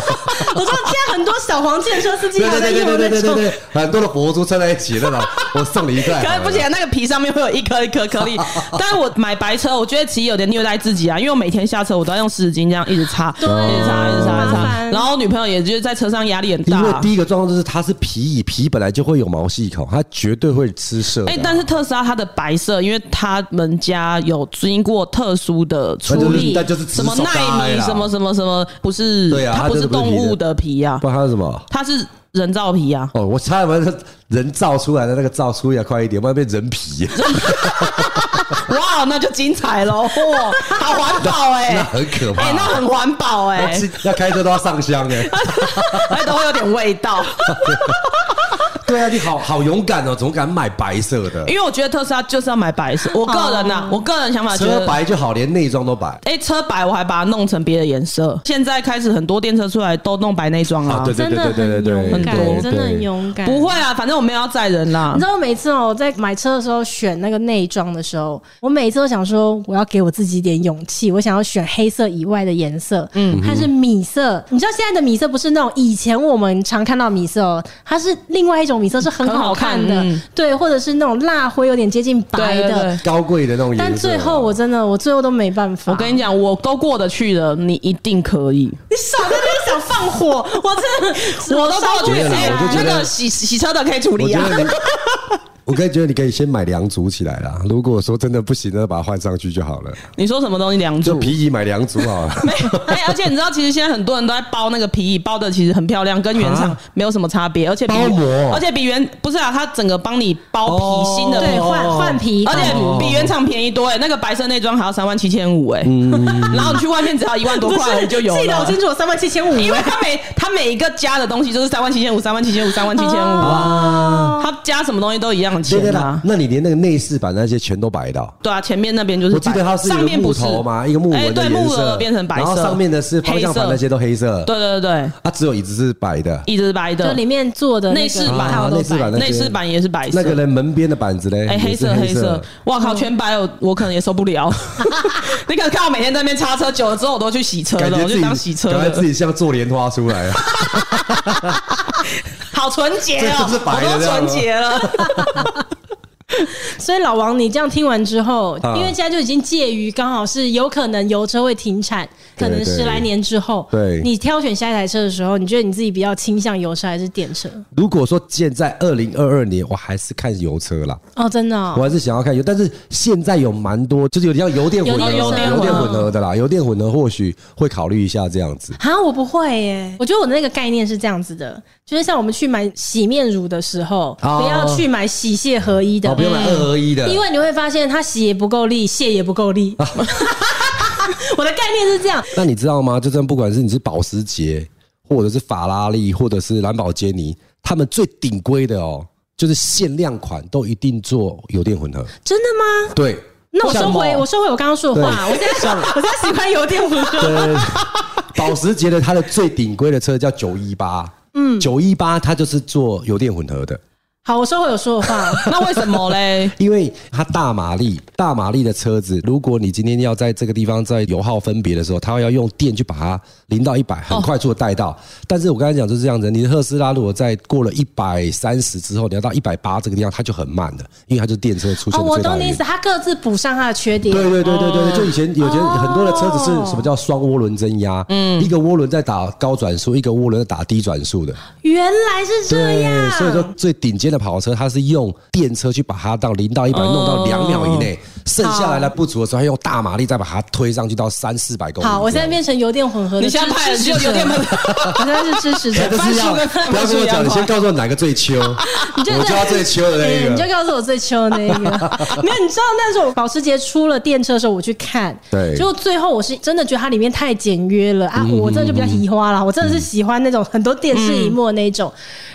S1: 我知道现在很多小黄健车司机
S3: 对
S1: 还
S3: 对
S1: 在
S3: 对对
S1: 用
S3: 对
S1: 那
S3: 对对
S1: 种。
S3: 对，很多的佛珠串在一起那种，我送你一
S2: *laughs*
S3: 块。
S2: 可是不行，那个皮上面会有一颗一颗颗
S3: *laughs*
S2: 粒。但是我买白车，我觉得其实有点虐待自己啊，因为我每天下车我都要用湿纸巾这样一直擦，一直擦，一直擦，一直
S1: 麻
S2: 擦。
S1: 烦
S2: 然后女朋友也就是在车上压力很
S3: 因为
S2: 大。
S3: 第一个状况就是它是皮椅，皮本来就会有毛细孔，它绝对会吃色的啊。
S2: 哎、但是特斯拉它的白色，因为他们家有经过特殊的处理，
S3: 那就是那就是
S2: 什么
S3: 紫色搭
S2: 纳
S3: 的
S2: 米
S3: 啦
S2: 什么什么什么，不是，
S3: 对啊
S2: 它
S3: 它
S2: 不
S3: 真
S2: 是
S3: 的不是
S2: 动
S3: 皮的
S2: 物的皮啊，
S3: 不然它是什么？
S2: 它是人造皮啊。
S3: 哦，我差点把人造出来的那个造出来快一点，不然变人皮，
S2: 哇，那就精彩喽！哇，好环保
S3: *laughs*
S2: 哎、
S3: 那 *laughs* 很可怕。
S2: 哎、那很环保哎、
S3: 要吃要开车都要上香
S2: *laughs*
S3: 哎。
S2: 哎，都会有点味
S3: *laughs*
S2: 道。
S3: 对啊，你好好勇敢哦，怎么敢买白色的？
S2: 因为我觉得特斯拉就是要买白色，我个人呐、啊我个人想法觉
S3: 哦车
S2: 得。
S3: 白就好，连内装都白。
S2: 哎、车白我还把它弄成别的颜色。现在开始很多电车出来都弄白内装啦、
S3: 啊，对对
S1: 真的
S3: 对
S1: 很
S3: 对对对，
S1: 勇
S2: 很
S1: 敢，
S2: 多
S1: 真的很勇敢。
S2: 不会啊，反正我没有要载人啦
S1: 你知。道我每次哦，我在买车的时候选那个内装的时候，我每次都想说，我要给我自己一点勇气，我想要选黑色以外的颜色，嗯，它是米色。你知道现在的米色不是那种以前我们常看到的米色哦，它是另外一种米色，是很
S2: 很好
S1: 好
S2: 看
S1: 看的，
S2: 嗯
S1: 对，或者是那种蜡灰，有点接近白的。
S2: 对对对
S3: 高贵的那种颜色。
S1: 但最后我真的，我最后都没办法。
S2: 我跟你讲，我都过得去了，你一定可以。
S1: 你少在那边想放火，我真的，
S2: *laughs* 我都过
S1: 烧
S2: 得去
S1: 不
S2: 了，
S1: 起
S3: 我就
S1: 来
S3: 觉得
S2: 那个洗洗车的可以处
S3: 我
S2: 理
S3: 觉
S2: 啊。
S3: 得你，我可以觉得你可以先买两组起来啦。如果说真的不行，那把它换上去就好了，
S2: 你说什么东西两
S3: *laughs* 就
S2: 组？
S3: 皮椅买两组好了。
S2: *laughs* 没，哎、而且你知道，其实现在很多人都在包那个皮椅，包的其实很漂亮，跟原厂
S3: 啊
S2: 没有什么差别，而且比
S3: 包膜哦
S2: 而且比原不是啊，它整个帮你包皮新的皮
S1: 对，换换皮，
S2: 而
S1: 换皮
S2: 且比原厂便宜多哎、那个白色内装还要三万七千五哎，
S3: 嗯
S2: *laughs* 然后你去外面只要一万多块你就有
S1: 记得我
S2: 了
S1: 清。楚，三万七千五，
S3: 欸
S2: 因为它每它每一个加的东西就是三万七千五、三万七千五、三万七千五啊，
S3: *laughs*
S2: 它加什么东西都一样的
S3: 哦对对
S2: 钱
S3: 啦
S2: 啊，。
S3: 那你连那个内饰板那些全都白的哦。
S2: 对啊，前面那边就是白，
S3: 我记得它是
S2: 上
S3: 一个
S2: 面不
S3: 木
S2: 是
S3: 头嘛，一个木
S2: 哎
S3: 纹的
S2: 对
S3: 颜
S2: 木
S3: 色
S2: 耳，变成白色，
S3: 然后上面的是方向盘那些都黑色，
S2: 对对对，
S3: 它只有椅子是白的，
S2: 一直是白
S1: 就
S2: 的，
S1: 里面做的啊
S2: 内饰板
S1: 套都
S3: 啊内饰
S1: 白
S3: 板。
S2: 内饰板也是白色。
S3: 那个人门边的板子嘞，
S2: 哎、黑
S3: 也是
S2: 色黑
S3: 黑嗯
S2: 色，哇靠，全白我我可能也受不了。 *laughs* 你可能看我每天在那边擦车，久了之后我都去洗车
S3: 感
S2: 了，
S3: 觉
S2: 我
S3: 自
S2: 就当
S3: 己
S2: 洗车
S3: 感觉自
S2: 的，
S3: 己像做莲花出来了。啊
S2: 好纯洁哦
S3: 这啊就是，白的
S2: 我都纯洁了。
S3: *laughs*
S1: 所以老王，你这样听完之后，
S3: 啊
S1: 因为现在就已经介于刚好是有可能油车会停产，可
S3: 对
S1: 能十来年之后，
S3: 对
S1: 你挑选下一台车的时候，你觉得你自己比较倾向油车还是电车？
S3: *laughs* 如果说现在二零二二年，我还是看油车啦，
S1: 哦，真的
S2: 啊
S1: 哦、
S3: 我还是想要看油，但是现在有蛮多就是有点像油电混
S1: 油
S3: 合、
S1: 电
S3: 油
S1: 油
S3: 电
S1: 电
S3: 混合的啦，油电混合或许会考虑一下这样子。
S1: 啊，我不会耶！我觉得我的那个概念是这样子的，就是像我们去买洗面乳的时候，
S3: 哦
S1: 不要去买洗卸合一的，
S3: 哦，不用买二合一的，
S1: 因为你会发现它洗也不够力，卸也不够
S3: *laughs*
S1: 力。我的概念是这样，
S3: 那你知道吗？就算不管是你是保时捷，或者是法拉利，或者是兰博基尼，他们最顶规的哦，就是限量款都一定做油电混合。
S1: 真的吗？
S3: 对，
S1: 那我收
S3: 像
S1: 回，
S3: 某
S1: 我收回我刚刚说的话。
S3: 对
S1: 我现在 *laughs* 我现在喜欢油电混合，
S3: 呃， *laughs* 保时捷的它的最顶规的车叫九一八，嗯，九一八它就是做油电混合的，
S1: 好，我收回我说的
S3: *laughs*
S1: 话。
S2: 那为什么嘞？
S3: 因为它大马力，大马力的车子，如果你今天要在这个地方在油耗分别的时候，它要用电去把它零到一百，很快速的带到。
S1: 哦
S3: 但是我刚才讲就是这样子，你的特斯拉如果在过了一百三十之后，你要到一百八这个地方，它就很慢的，因为它就是电车出现
S1: 哦，
S3: 的
S1: 我
S3: 最大
S1: 懂你
S3: 的
S1: 意
S3: 原因
S1: 思，。他各自补上他的缺点。
S3: 对对对对对，就以前有些很多的车子是什么叫双涡轮增
S1: 哦
S3: 压，嗯，一个涡轮在打高转速，一个涡轮在打低转速的，
S1: 原来是这样。
S3: 所以说最顶尖的跑车，它是用电车去把它到零到一百
S2: 哦
S3: 弄到两秒以内，剩下来的不足的时候，它用大马力再把它推上去到三四百公里。
S1: 好，我现在变成油电混合的
S2: 你
S1: 支
S2: 现在派
S1: 支持
S2: 人就
S1: 者，
S2: 有点
S1: *laughs* 我现在是支持者。
S3: 哎这是
S2: 番薯
S3: 要
S2: 跟
S3: *laughs* 不要跟我讲，你先告诉我哪个最
S1: *laughs*
S3: 秋，我
S1: 就
S3: 就要最秋
S1: 哎
S3: 的那
S1: 你就
S3: 一个。
S1: 告诉我最秋的那一
S3: *laughs*
S1: 个，没有？你知道那时候保时捷出了电车的时候，我去看，
S3: 对嗯
S1: 结果最后我是真的觉得它里面太简约了啊！我真的就比较喜欢啦，我真的是喜欢那种很多电视荧幕的那一种，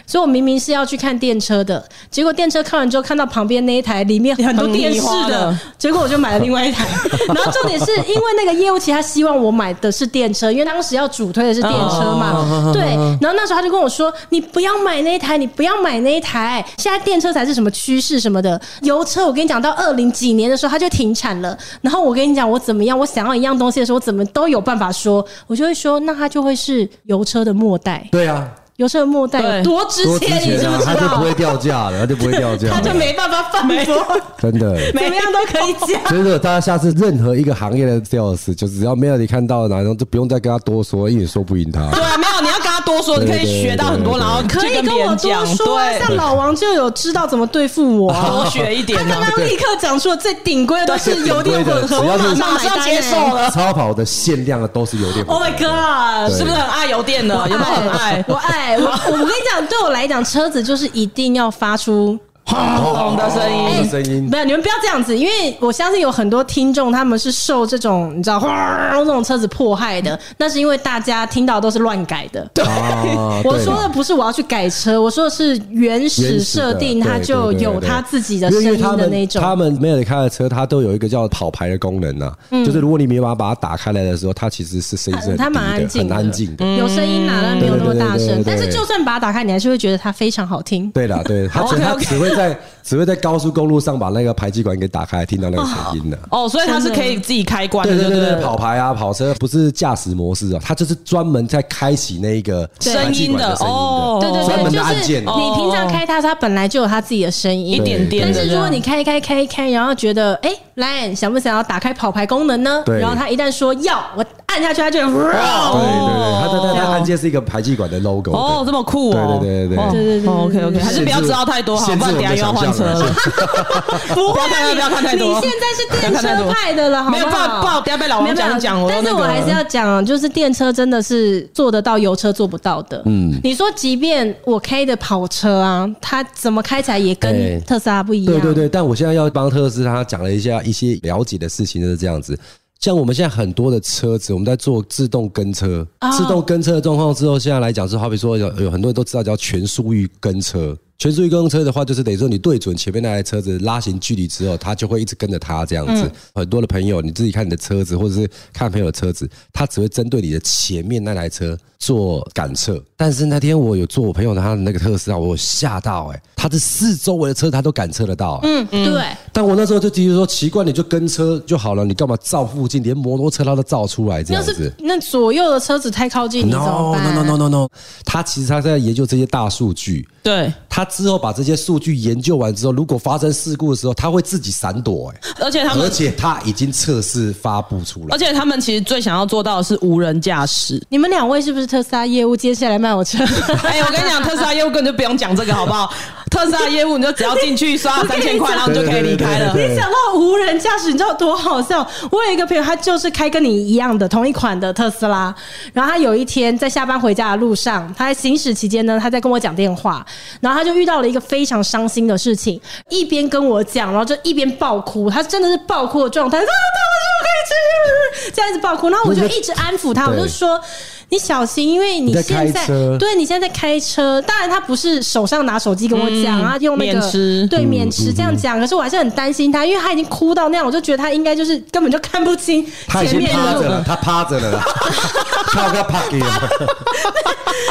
S1: 所以我明明是要去看电车的，结果电车看完之后看到旁边那一台里面很多电视
S2: 很迷
S1: 的
S2: 花的，
S1: 结果我就买了另外一
S3: *laughs*
S1: 台。然后重点是因为那个业务其实他希望我买的是电车，因为当时要主推的是电车
S3: 哦
S1: 嘛，对。然后那时候他就跟我说：“你不要买那一台，你不要买那一台，现在电车才是什么趋势什么的。油车我跟你讲，到二零几年的时候它就停产了。然后我跟你讲我怎么样，我想要一样东西的时候，我怎么都有办法说，我就会说，那它就会是油车的末代，
S3: 对啊，
S1: 油车的末代有
S2: 对
S1: 多值
S3: 多值
S1: 钱，你知
S3: 钱啊
S1: 不，知
S3: 它就不
S1: 道
S3: 会？掉价了，它就不会掉价了，
S1: 他就没办法反驳，怎
S3: 真的。
S1: 么样都可以讲。”
S3: 所以说，大家下次任何一个行业的 sales，就只要 Melody 看到哪种，就不用再跟他多说，因为说不赢他。
S2: 对啊，没有，你要跟他多
S3: *laughs*
S2: 说，你可以学到很多，然后
S1: 可
S2: 去
S1: 以跟
S2: 跟别
S1: 我
S2: 人
S1: 多
S2: 讲，
S1: 说啊，像
S2: 对，
S1: 老王就有知道怎么对付我啊。
S2: 多学一点
S1: 他刚
S2: 啊。
S1: 刚立刻讲出了最顶规的都是油电混合，
S3: 对
S1: 我
S3: 只
S1: 马
S3: 要是
S1: 上
S2: 马
S1: 买单
S2: 上接受
S1: 欸。
S2: 了
S3: 超跑的限量的都是有点。
S1: Oh my god！
S3: 对
S2: 是不是很爱油电的？有没有很爱？
S1: 我爱我，我跟你讲，对我来讲，车子就是一定要发出哦
S2: 轰的声
S3: 这
S2: 音
S3: 个，声音
S1: 没有，你们不要这样子，因为我相信有很多听众他们是受这种你知道哗这种车子迫害
S2: 嗯
S1: 的，那是因为大家听到都是乱改的。 *laughs*
S3: 啊！
S1: 我
S3: 对
S1: 说的不是我要去改车，我说的是原始
S3: 原始的
S1: 设定，它
S3: 对
S1: 就
S3: 对对
S1: 有
S3: 对
S1: 它自己的
S3: 因为
S1: 声
S3: 因为
S1: 音
S3: 他
S1: 的
S3: 们
S1: 那种。
S3: 他们没有开的车，它都有一个叫跑牌的功能呐、啊就是如果你没有办法把它打开来的时候，它其实是声音是很
S1: 嗯
S3: 低
S1: 它
S3: 的，
S1: 蛮安静
S3: 很
S1: 的，嗯
S3: 安静的。
S1: 有声音啦，但没有那么大声
S3: 对对对对对。
S1: 但是就算把它打开，你还是会觉得它非常好听。
S3: 对啦，对，
S1: *laughs* 哦
S3: 它只
S2: OK，OK
S3: 它只会在只会在高速公路上把那个排气管给打开，听到那个声音的。
S2: *laughs* 哦，所以它是可以自己开关
S3: 对
S2: 的，
S3: 对对
S2: 不
S3: 对，跑牌啊，跑车不是驾驶模式啊，它就是专门在开启那一个
S1: 对
S2: 声
S3: 排气
S2: 音
S3: 管
S2: 的
S3: 声
S2: 哦，
S1: 对对
S3: 专
S1: 对，
S3: 门
S1: 就
S3: 的按
S1: 是
S3: 键
S1: 你平常开它，它本来就有它自己的声
S2: 一
S1: 音。
S2: 点点
S1: 但
S2: 的这
S1: 是
S2: 样。
S1: 如果你开一开开一开，然后觉得哎，来想不想要打开跑牌功能呢？
S3: 对
S1: 然后它一旦说要，我按下去，它就会
S3: 对
S1: 哇哦
S3: 对对，它它它它
S2: 哦
S3: 按键是一个排气管的 logo 对。
S2: 哦，这么酷哦！
S3: 对对对对
S1: 对对对对
S2: ，OK OK，还是不要知道太多好，
S3: 限
S2: 不
S3: 制
S2: 然
S3: 我
S2: 等下又要
S3: 们的想
S2: 换
S3: 象
S2: 车。
S1: *laughs* 不会，啊
S2: 不要啊看太
S3: 了。
S2: 不要看太
S1: 你
S2: 多
S1: 现在是电
S2: 不要看太
S1: 车
S2: 多
S1: 派的了，好
S2: 没有
S1: 好
S2: 不然不然等下被老王
S1: 没有
S2: 讲一讲我
S1: 但是
S2: 那
S1: 我
S2: 个
S1: 还是要讲，啊就是电车真的是做得到油车做不到的。嗯，你说即便我开的跑车啊，它怎么开起来也跟
S3: 对
S1: 特斯拉不一样。
S3: 对对对，但我现在要帮特斯拉讲了一下一些了解的事情，就是这样子。像我们现在很多的车子，我们在做自动跟车，自动跟车的状况之后，现在来讲是好比说有有很多人都知道叫全速域跟车。全速域跟车的话，就是等于说你对准前面那台车子拉行距离之后，它就会一直跟着它这样子。很多的朋友，你自己看你的车子，或者是看朋友的车子，它只会针对你的前面那台车做感测。但是那天我有坐我朋友他的那个特斯拉，我有吓到哎、欸，他的四周围的车它都感测得到、欸。
S1: 嗯，对。
S3: 但我那时候就提出说，奇怪，你就跟车就好了，你干嘛照附近？连摩托车它都照出来这
S1: 要
S3: 样子
S1: 是。那左右的车子太靠近，你怎么
S3: No
S1: 办
S3: no no no no no，他其实他在研究这些大数据，
S2: 对，
S3: 他之后把这些数据研究完之后，如果发生事故的时候，他会自己闪躲、欸。
S2: 而且他
S3: 而
S2: 们，
S3: 且他已经测试发布出
S1: 哦
S3: 来
S2: 而。且他们其实最想要做到的是无人
S1: *laughs*
S2: 驾驶。
S1: 你们两位是不是特斯拉业务？接下来卖我车？
S2: 哎，我跟你讲，特斯拉业务根本就不用讲这个，好不好？特斯拉业务你就只要进去刷三千块，然后你就可以离开了。
S1: 你想到无人驾驶，你知道多好笑？我有一个朋友，他就是开跟你一样的同一款的特斯拉，然后他有一天在下班回家的路上，他在行驶期间呢，他在跟我讲电话，然后他就遇到了一个非常伤心的事情，一边跟我讲，然后就一边爆哭，他真的是爆哭的状态，啊，他们就可以这样这样子爆哭，然后我就一直安抚他，我就说你小心，因为你
S3: 你在
S1: 现在
S3: 开车
S1: 对你现在在开车，当然他不是手上拿手机跟我讲啊，用那个
S2: 嗯免吃嗯
S1: 对免持这样讲，可是我还是很担心他，因为他已经哭到那样，我就觉得他应该就是根本就看不清
S3: 他已
S1: 前
S3: 经
S1: 面
S3: 趴
S1: 的路
S3: 着。了，他趴着
S1: *laughs*
S3: 了啦，靠个趴给了，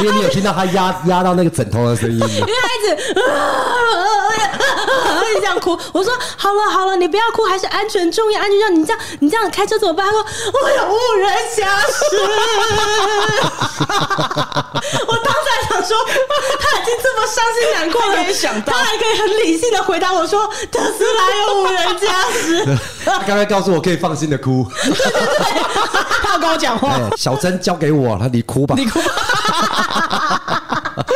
S3: 因为你有听到他压压到那个枕头的声音了。
S1: 因为他一直啊啊啊啊这样哭。我说好了好了，你不要哭，还是安全重要，安全重要。你这样你这样开车怎么办？他说我有误人瑕疵。我当时还想说，他已经这么伤心难过了，
S2: 他可以想到
S1: 他还可以很理性的回答我说特斯拉有误人瑕疵。
S3: 他刚才告诉我可以放心的哭，
S2: 他要跟我讲话
S3: 哎。小珍交给我，他你哭吧。
S2: 你哭。 *laughs*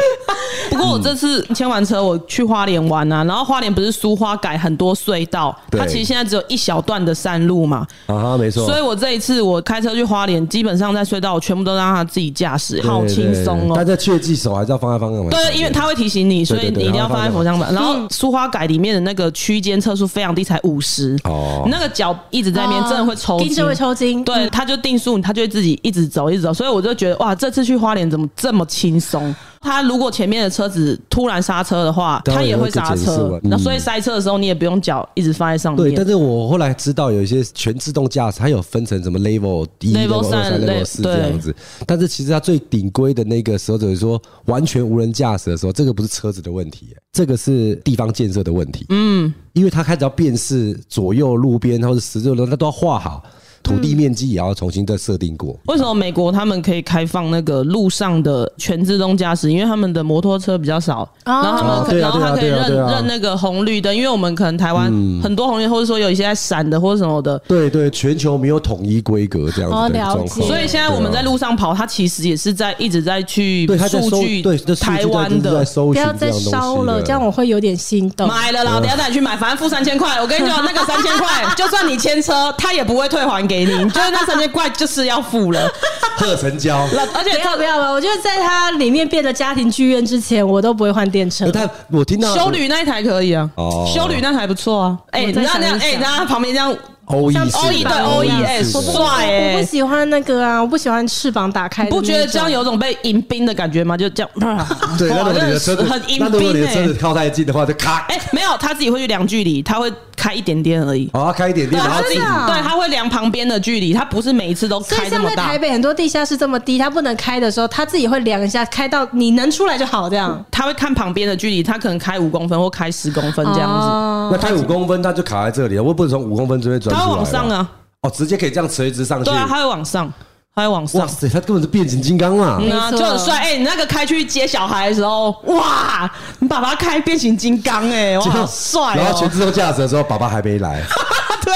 S2: 不过我这次签完车，我去花莲玩啊，然后花莲不是苏花改很多隧道，
S3: 对
S2: 它其实现在只有一小段的山路嘛，
S3: 啊，没错。
S2: 所以我这一次我开车去花莲，基本上在隧道我全部都让他自己驾驶，
S3: 对
S2: 好轻松
S3: 对
S2: 哦
S3: 但。这确记手还是要放在方向盘上面。
S2: 对，因为他会提醒你，所以
S3: 对对
S2: 你
S3: 对
S2: 一定要放在方向盘。然后
S1: 嗯
S2: 苏花改里面的那个区间测速非常低，才五十，
S3: 哦
S2: 那个脚一直在那边，真的会抽
S1: 盯
S2: 筋
S1: 着，会抽哦筋。
S3: 嗯
S2: 对，他就定速，他就会自己一直走，一直走。所以我就觉得哇，这次去花莲怎么这么轻松？他如果前面的车子突然刹车的话，
S3: 当
S2: 他
S3: 然
S2: 也会刹
S3: 也会减速
S2: 车
S3: 啊。
S2: 那
S3: 嗯
S2: 所以塞车的时候，你也不用脚一直放在上
S3: 对，
S2: 面
S3: 但。是我后来知道有一些全自动驾驶，它有分成什么 level 一、
S2: Level
S3: level 二、
S2: 三
S3: 三、
S2: Level-
S3: level 四这样子。但是其实它最顶规的那个时候，就是说完全无人驾驶的时候，这个不是车子的问题，这个是地方建设的问题。嗯，因为它开始要辨识左右路边或者十字路，它都要画好，土地面积也要重新再设定过。
S2: 为什么美国他们可以开放那个路上的全自动驾驶？因为他们的摩托车比较少，然后他们可
S3: 对啊
S2: 然后他可以
S3: 对啊对
S2: 认
S3: 啊对啊嗯
S2: 认那个红绿灯，因为我们可能台湾很多红绿，或者说有一些在闪的或者什么的，
S3: 对对，全球没有统一规格这样
S1: 哦
S3: 子的
S1: 了
S3: 状况，啊
S1: 解
S2: 所以现在我们在路上跑，它其实也是在一直在去
S3: 对它在
S2: 数
S3: 搜
S2: 据
S3: 对这数据
S2: 台
S3: 在就
S2: 湾
S3: 是在
S2: 的。
S3: 搜
S1: 不
S3: 寻
S1: 要
S3: 这
S1: 再
S3: 样东西
S1: 烧了，
S3: 的
S1: 这样我会有点心动。
S2: *laughs* 买了啦，我等一下带你去买，反正付三千块。我跟你讲，那个三千块，就算你签车，他也不会退还给你， *laughs* 就是那三千块就是要付
S1: *laughs*
S2: 了。
S3: 贺成交。
S2: 而且
S1: 不要
S2: 特
S1: 不要了，我觉得在它里面变得家庭剧院之前，我都不会换电车。
S3: 但我听到
S2: 修旅那一台可以啊
S3: 哦，
S2: 修旅那台不错啊。哎，
S1: 我
S2: 你
S1: 再
S2: 知道那样，
S1: 想一想
S2: 哎，你知道他旁边这样
S3: 欧意
S1: 像
S3: 式
S1: 欧意
S3: 的
S1: 对欧意
S3: 式
S2: 哎
S3: 的
S2: 说不
S1: 我
S2: 帅欸
S1: 我不喜欢那个啊，我不喜欢翅膀打开的那
S2: 不
S1: 种。
S2: 觉得这样有种被迎宾的感觉吗？就这样，
S3: *laughs* 对，
S2: 哇
S3: 那如果你的车子，
S2: 很迎
S3: 那如果你
S2: 宾
S3: 的车子
S2: 哎。
S3: 靠太近的话，就咔，
S2: 哎，没有，他自己会去量距离，他会开一点点而已。
S3: 哦，开一点
S2: 对，
S3: 点，然
S2: 他
S3: 后
S2: 自
S3: 自
S2: 己
S3: 己
S1: 真的啊
S2: 对，他会量旁边的距离，他不是每一次都
S1: 所以
S2: 开这
S1: 像
S2: 么
S1: 在
S2: 大
S1: 台。北很多地下室这么低，它不能开的时候，它自己会量一下，开到你能出来就好，这样。
S2: 他会看旁边的距离，他可能开五公分或开十公分嗯这样子。
S1: 哦
S3: 那开五公分，它就卡在这里啊了，我不能从五公分这边转
S2: 它
S3: 出
S2: 会
S3: 来
S2: 往
S3: 吧
S2: 上，啊，
S3: 哦，直接可以这样垂直上去
S2: 对，啊，它会往上，它会往
S3: 哇
S2: 上。
S3: 塞，它根本是变形金刚嘛
S2: 嗯，啊，
S1: 没
S2: 就
S1: 错
S2: 很帅。哎、你那个开去接小孩的时候，哇，你爸爸开变形金刚、
S3: *laughs*
S2: 哎，哇，好帅
S3: 然后全
S2: 哦！
S3: 自动驾驶的时候，爸爸还没来
S2: *laughs* 对，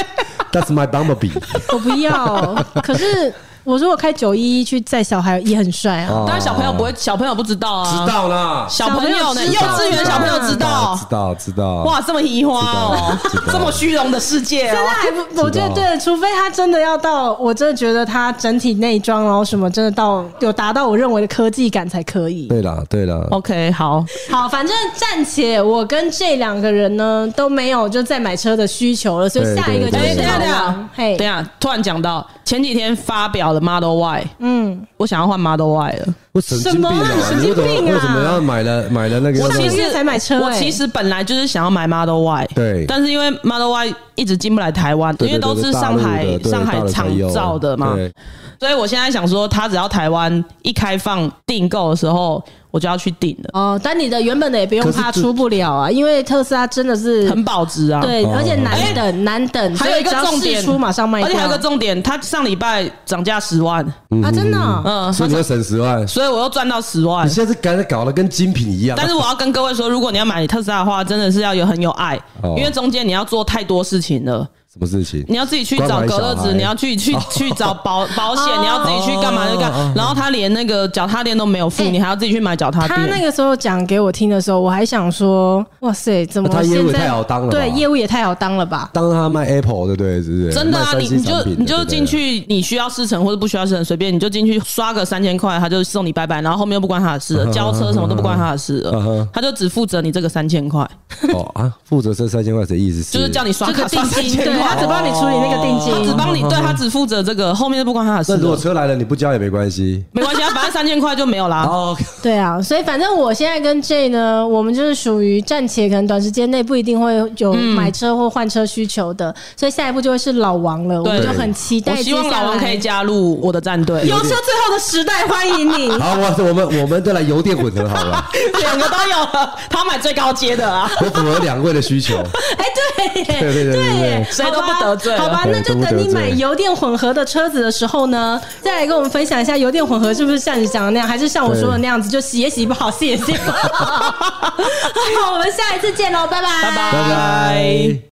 S3: ，That's
S2: *laughs*
S3: my bumblebee，
S1: 我不要。可是我如果开九一一去载小孩也很帅啊。
S3: 哦
S2: 当然小朋友不会，小朋友不知道啊，
S3: 知道啦，
S2: 小朋友呢，
S1: 小朋友知
S2: 幼
S1: 道
S2: 稚园小朋友知道
S3: 知，道知道，
S2: 哇，这么移花哦
S3: 知道知，道
S2: 这么虚荣的世界
S1: 真
S2: 哦
S1: 的。啊还不，我觉得
S3: 知道
S1: 对，除非他真的要到，我真的觉得他整体内装，然后什么真的到有达到我认为的科技感才可以。
S3: 对啦对啦，
S2: OK，好，
S1: *laughs* 好，反正暂且我跟这两个人呢都没有就再买车的需求了，所以
S3: 对
S1: 下一个就
S3: 对
S2: 哎、
S1: 是
S2: 等一
S1: 老
S2: 下，等一
S1: 王
S2: 下，
S1: 嘿
S2: 等一，下，突然讲到前几天发表了 Model Y，
S1: 嗯，
S2: 我想要换 Model Y 了。
S3: 我神经
S1: 什
S3: 病
S1: 么啊
S3: 啊！
S1: 神
S3: 你
S1: 经
S3: 为什么
S1: 病啊
S3: 为什么要买了买了那个？
S1: 我
S3: 那
S1: 其
S3: 个
S1: 实才买车
S2: 我
S1: 欸
S2: 其
S3: 哎
S2: 实本来就是想要买 Model Y，
S3: 对
S2: 但是因为 Model Y 一直进不来台湾，
S3: 对
S2: 因为都是上海
S3: 对对对
S2: 上海
S3: 大陆的
S2: 厂
S3: 对大陆才有啊
S2: 造的嘛，
S3: 对
S2: 所以我现在想说，它只要台湾一开放订购的时候，我就要去订了，
S1: 哦，但你的原本的也不用
S3: 可是
S1: 怕
S3: 这
S1: 出不了啊，因为特斯拉真的是
S2: 很保值啊。
S1: 对，
S3: 哦
S1: 而且难等难等，
S2: 还有一个
S1: 所以只要
S2: 重点
S1: 试出马上卖掉，
S2: 而且还有一个重点，它上礼拜涨价十万，
S1: 啊，真的哦
S2: 嗯，
S3: 所以你要省十万，
S2: 所以我又赚到十万
S3: 你。现在是搞搞得跟精品一样，
S2: 但是我要跟各位说，如果你要买特斯拉的话，真的是要有很有爱，
S3: 哦
S2: 因为中间你要做太多事情了。
S3: 什么事情？
S2: 你要自己去找隔热
S3: 关怀小
S2: 纸，
S3: 孩
S2: 你要去去去找
S3: *laughs*
S2: 保保险，你要自己去干嘛就干
S3: 哦。
S2: 然后他连那个脚踏垫都没有付，
S1: 哎
S2: 你还要自己去买脚踏
S1: 他那
S2: 垫。
S1: 个时候讲给我听的时候，我还想说，哇塞，怎么
S3: 啊他业务
S1: 现
S3: 也
S1: 在
S3: 太好当了吧
S1: 对，业务也太好当了吧？
S3: 当他卖 Apple 对不对？是不是？
S2: 真的
S3: 卖
S2: 啊，
S3: 三
S2: 你
S3: C
S2: 你就
S3: 产品
S2: 你就
S3: 对不对
S2: 进去，你需要试乘或者不需要试乘，随便你就进去刷个三千块，他就送你拜拜，然后后面又不关他的
S3: *laughs*
S2: 事了，交车什么都不关他的事
S3: 嗯
S2: 了
S3: 哼，
S2: 他就只负责你这个三千块，
S3: 哦啊，负责这三千块谁意思是？
S2: 就是叫你刷
S1: 这
S2: 卡
S1: 个定
S2: 刷三
S1: 金，
S2: 千
S1: 对他
S2: 块，
S1: 只帮你处理那个定
S2: 他只
S1: 金，
S2: 帮你，对他只负责这个，后面都不关他的事
S3: 那如果
S2: 了，
S3: 车来了你不交也没关系。
S2: 没关系啊，反正三千块就没有啦。
S3: *laughs* 哦，
S1: 对啊，所以反正我现在跟 J 呢，我们就是属于暂且可能短时间内不一定会有买车或换车需求的，所以下一步就会是老王了，我们
S2: 对
S1: 就很期待
S2: 我
S1: 接
S2: 希
S1: 下来。
S2: 望老王可以加入我的战队。
S1: 油车最后的时代，欢迎你。
S2: *laughs*
S3: 好，我我们我们再来油电混合好了。
S2: 两个都有了，他买最高阶的啊，
S3: 我符合两位的需求。
S1: *laughs* 哎，对耶，
S3: 对对对对对
S1: 耶
S2: 谁都不得罪啊
S1: 好吧？好吧
S3: 对
S1: 那就
S3: 都不
S1: 等你
S3: 得罪
S1: 买油电混合的车子的时候呢，再来跟我们分享一下油电混合是不是像你讲的那样，还是像我说的那样子，就洗也洗不好， *laughs* 卸也卸不好。好，我们下一次见喽，拜拜，
S2: 拜
S3: 拜拜。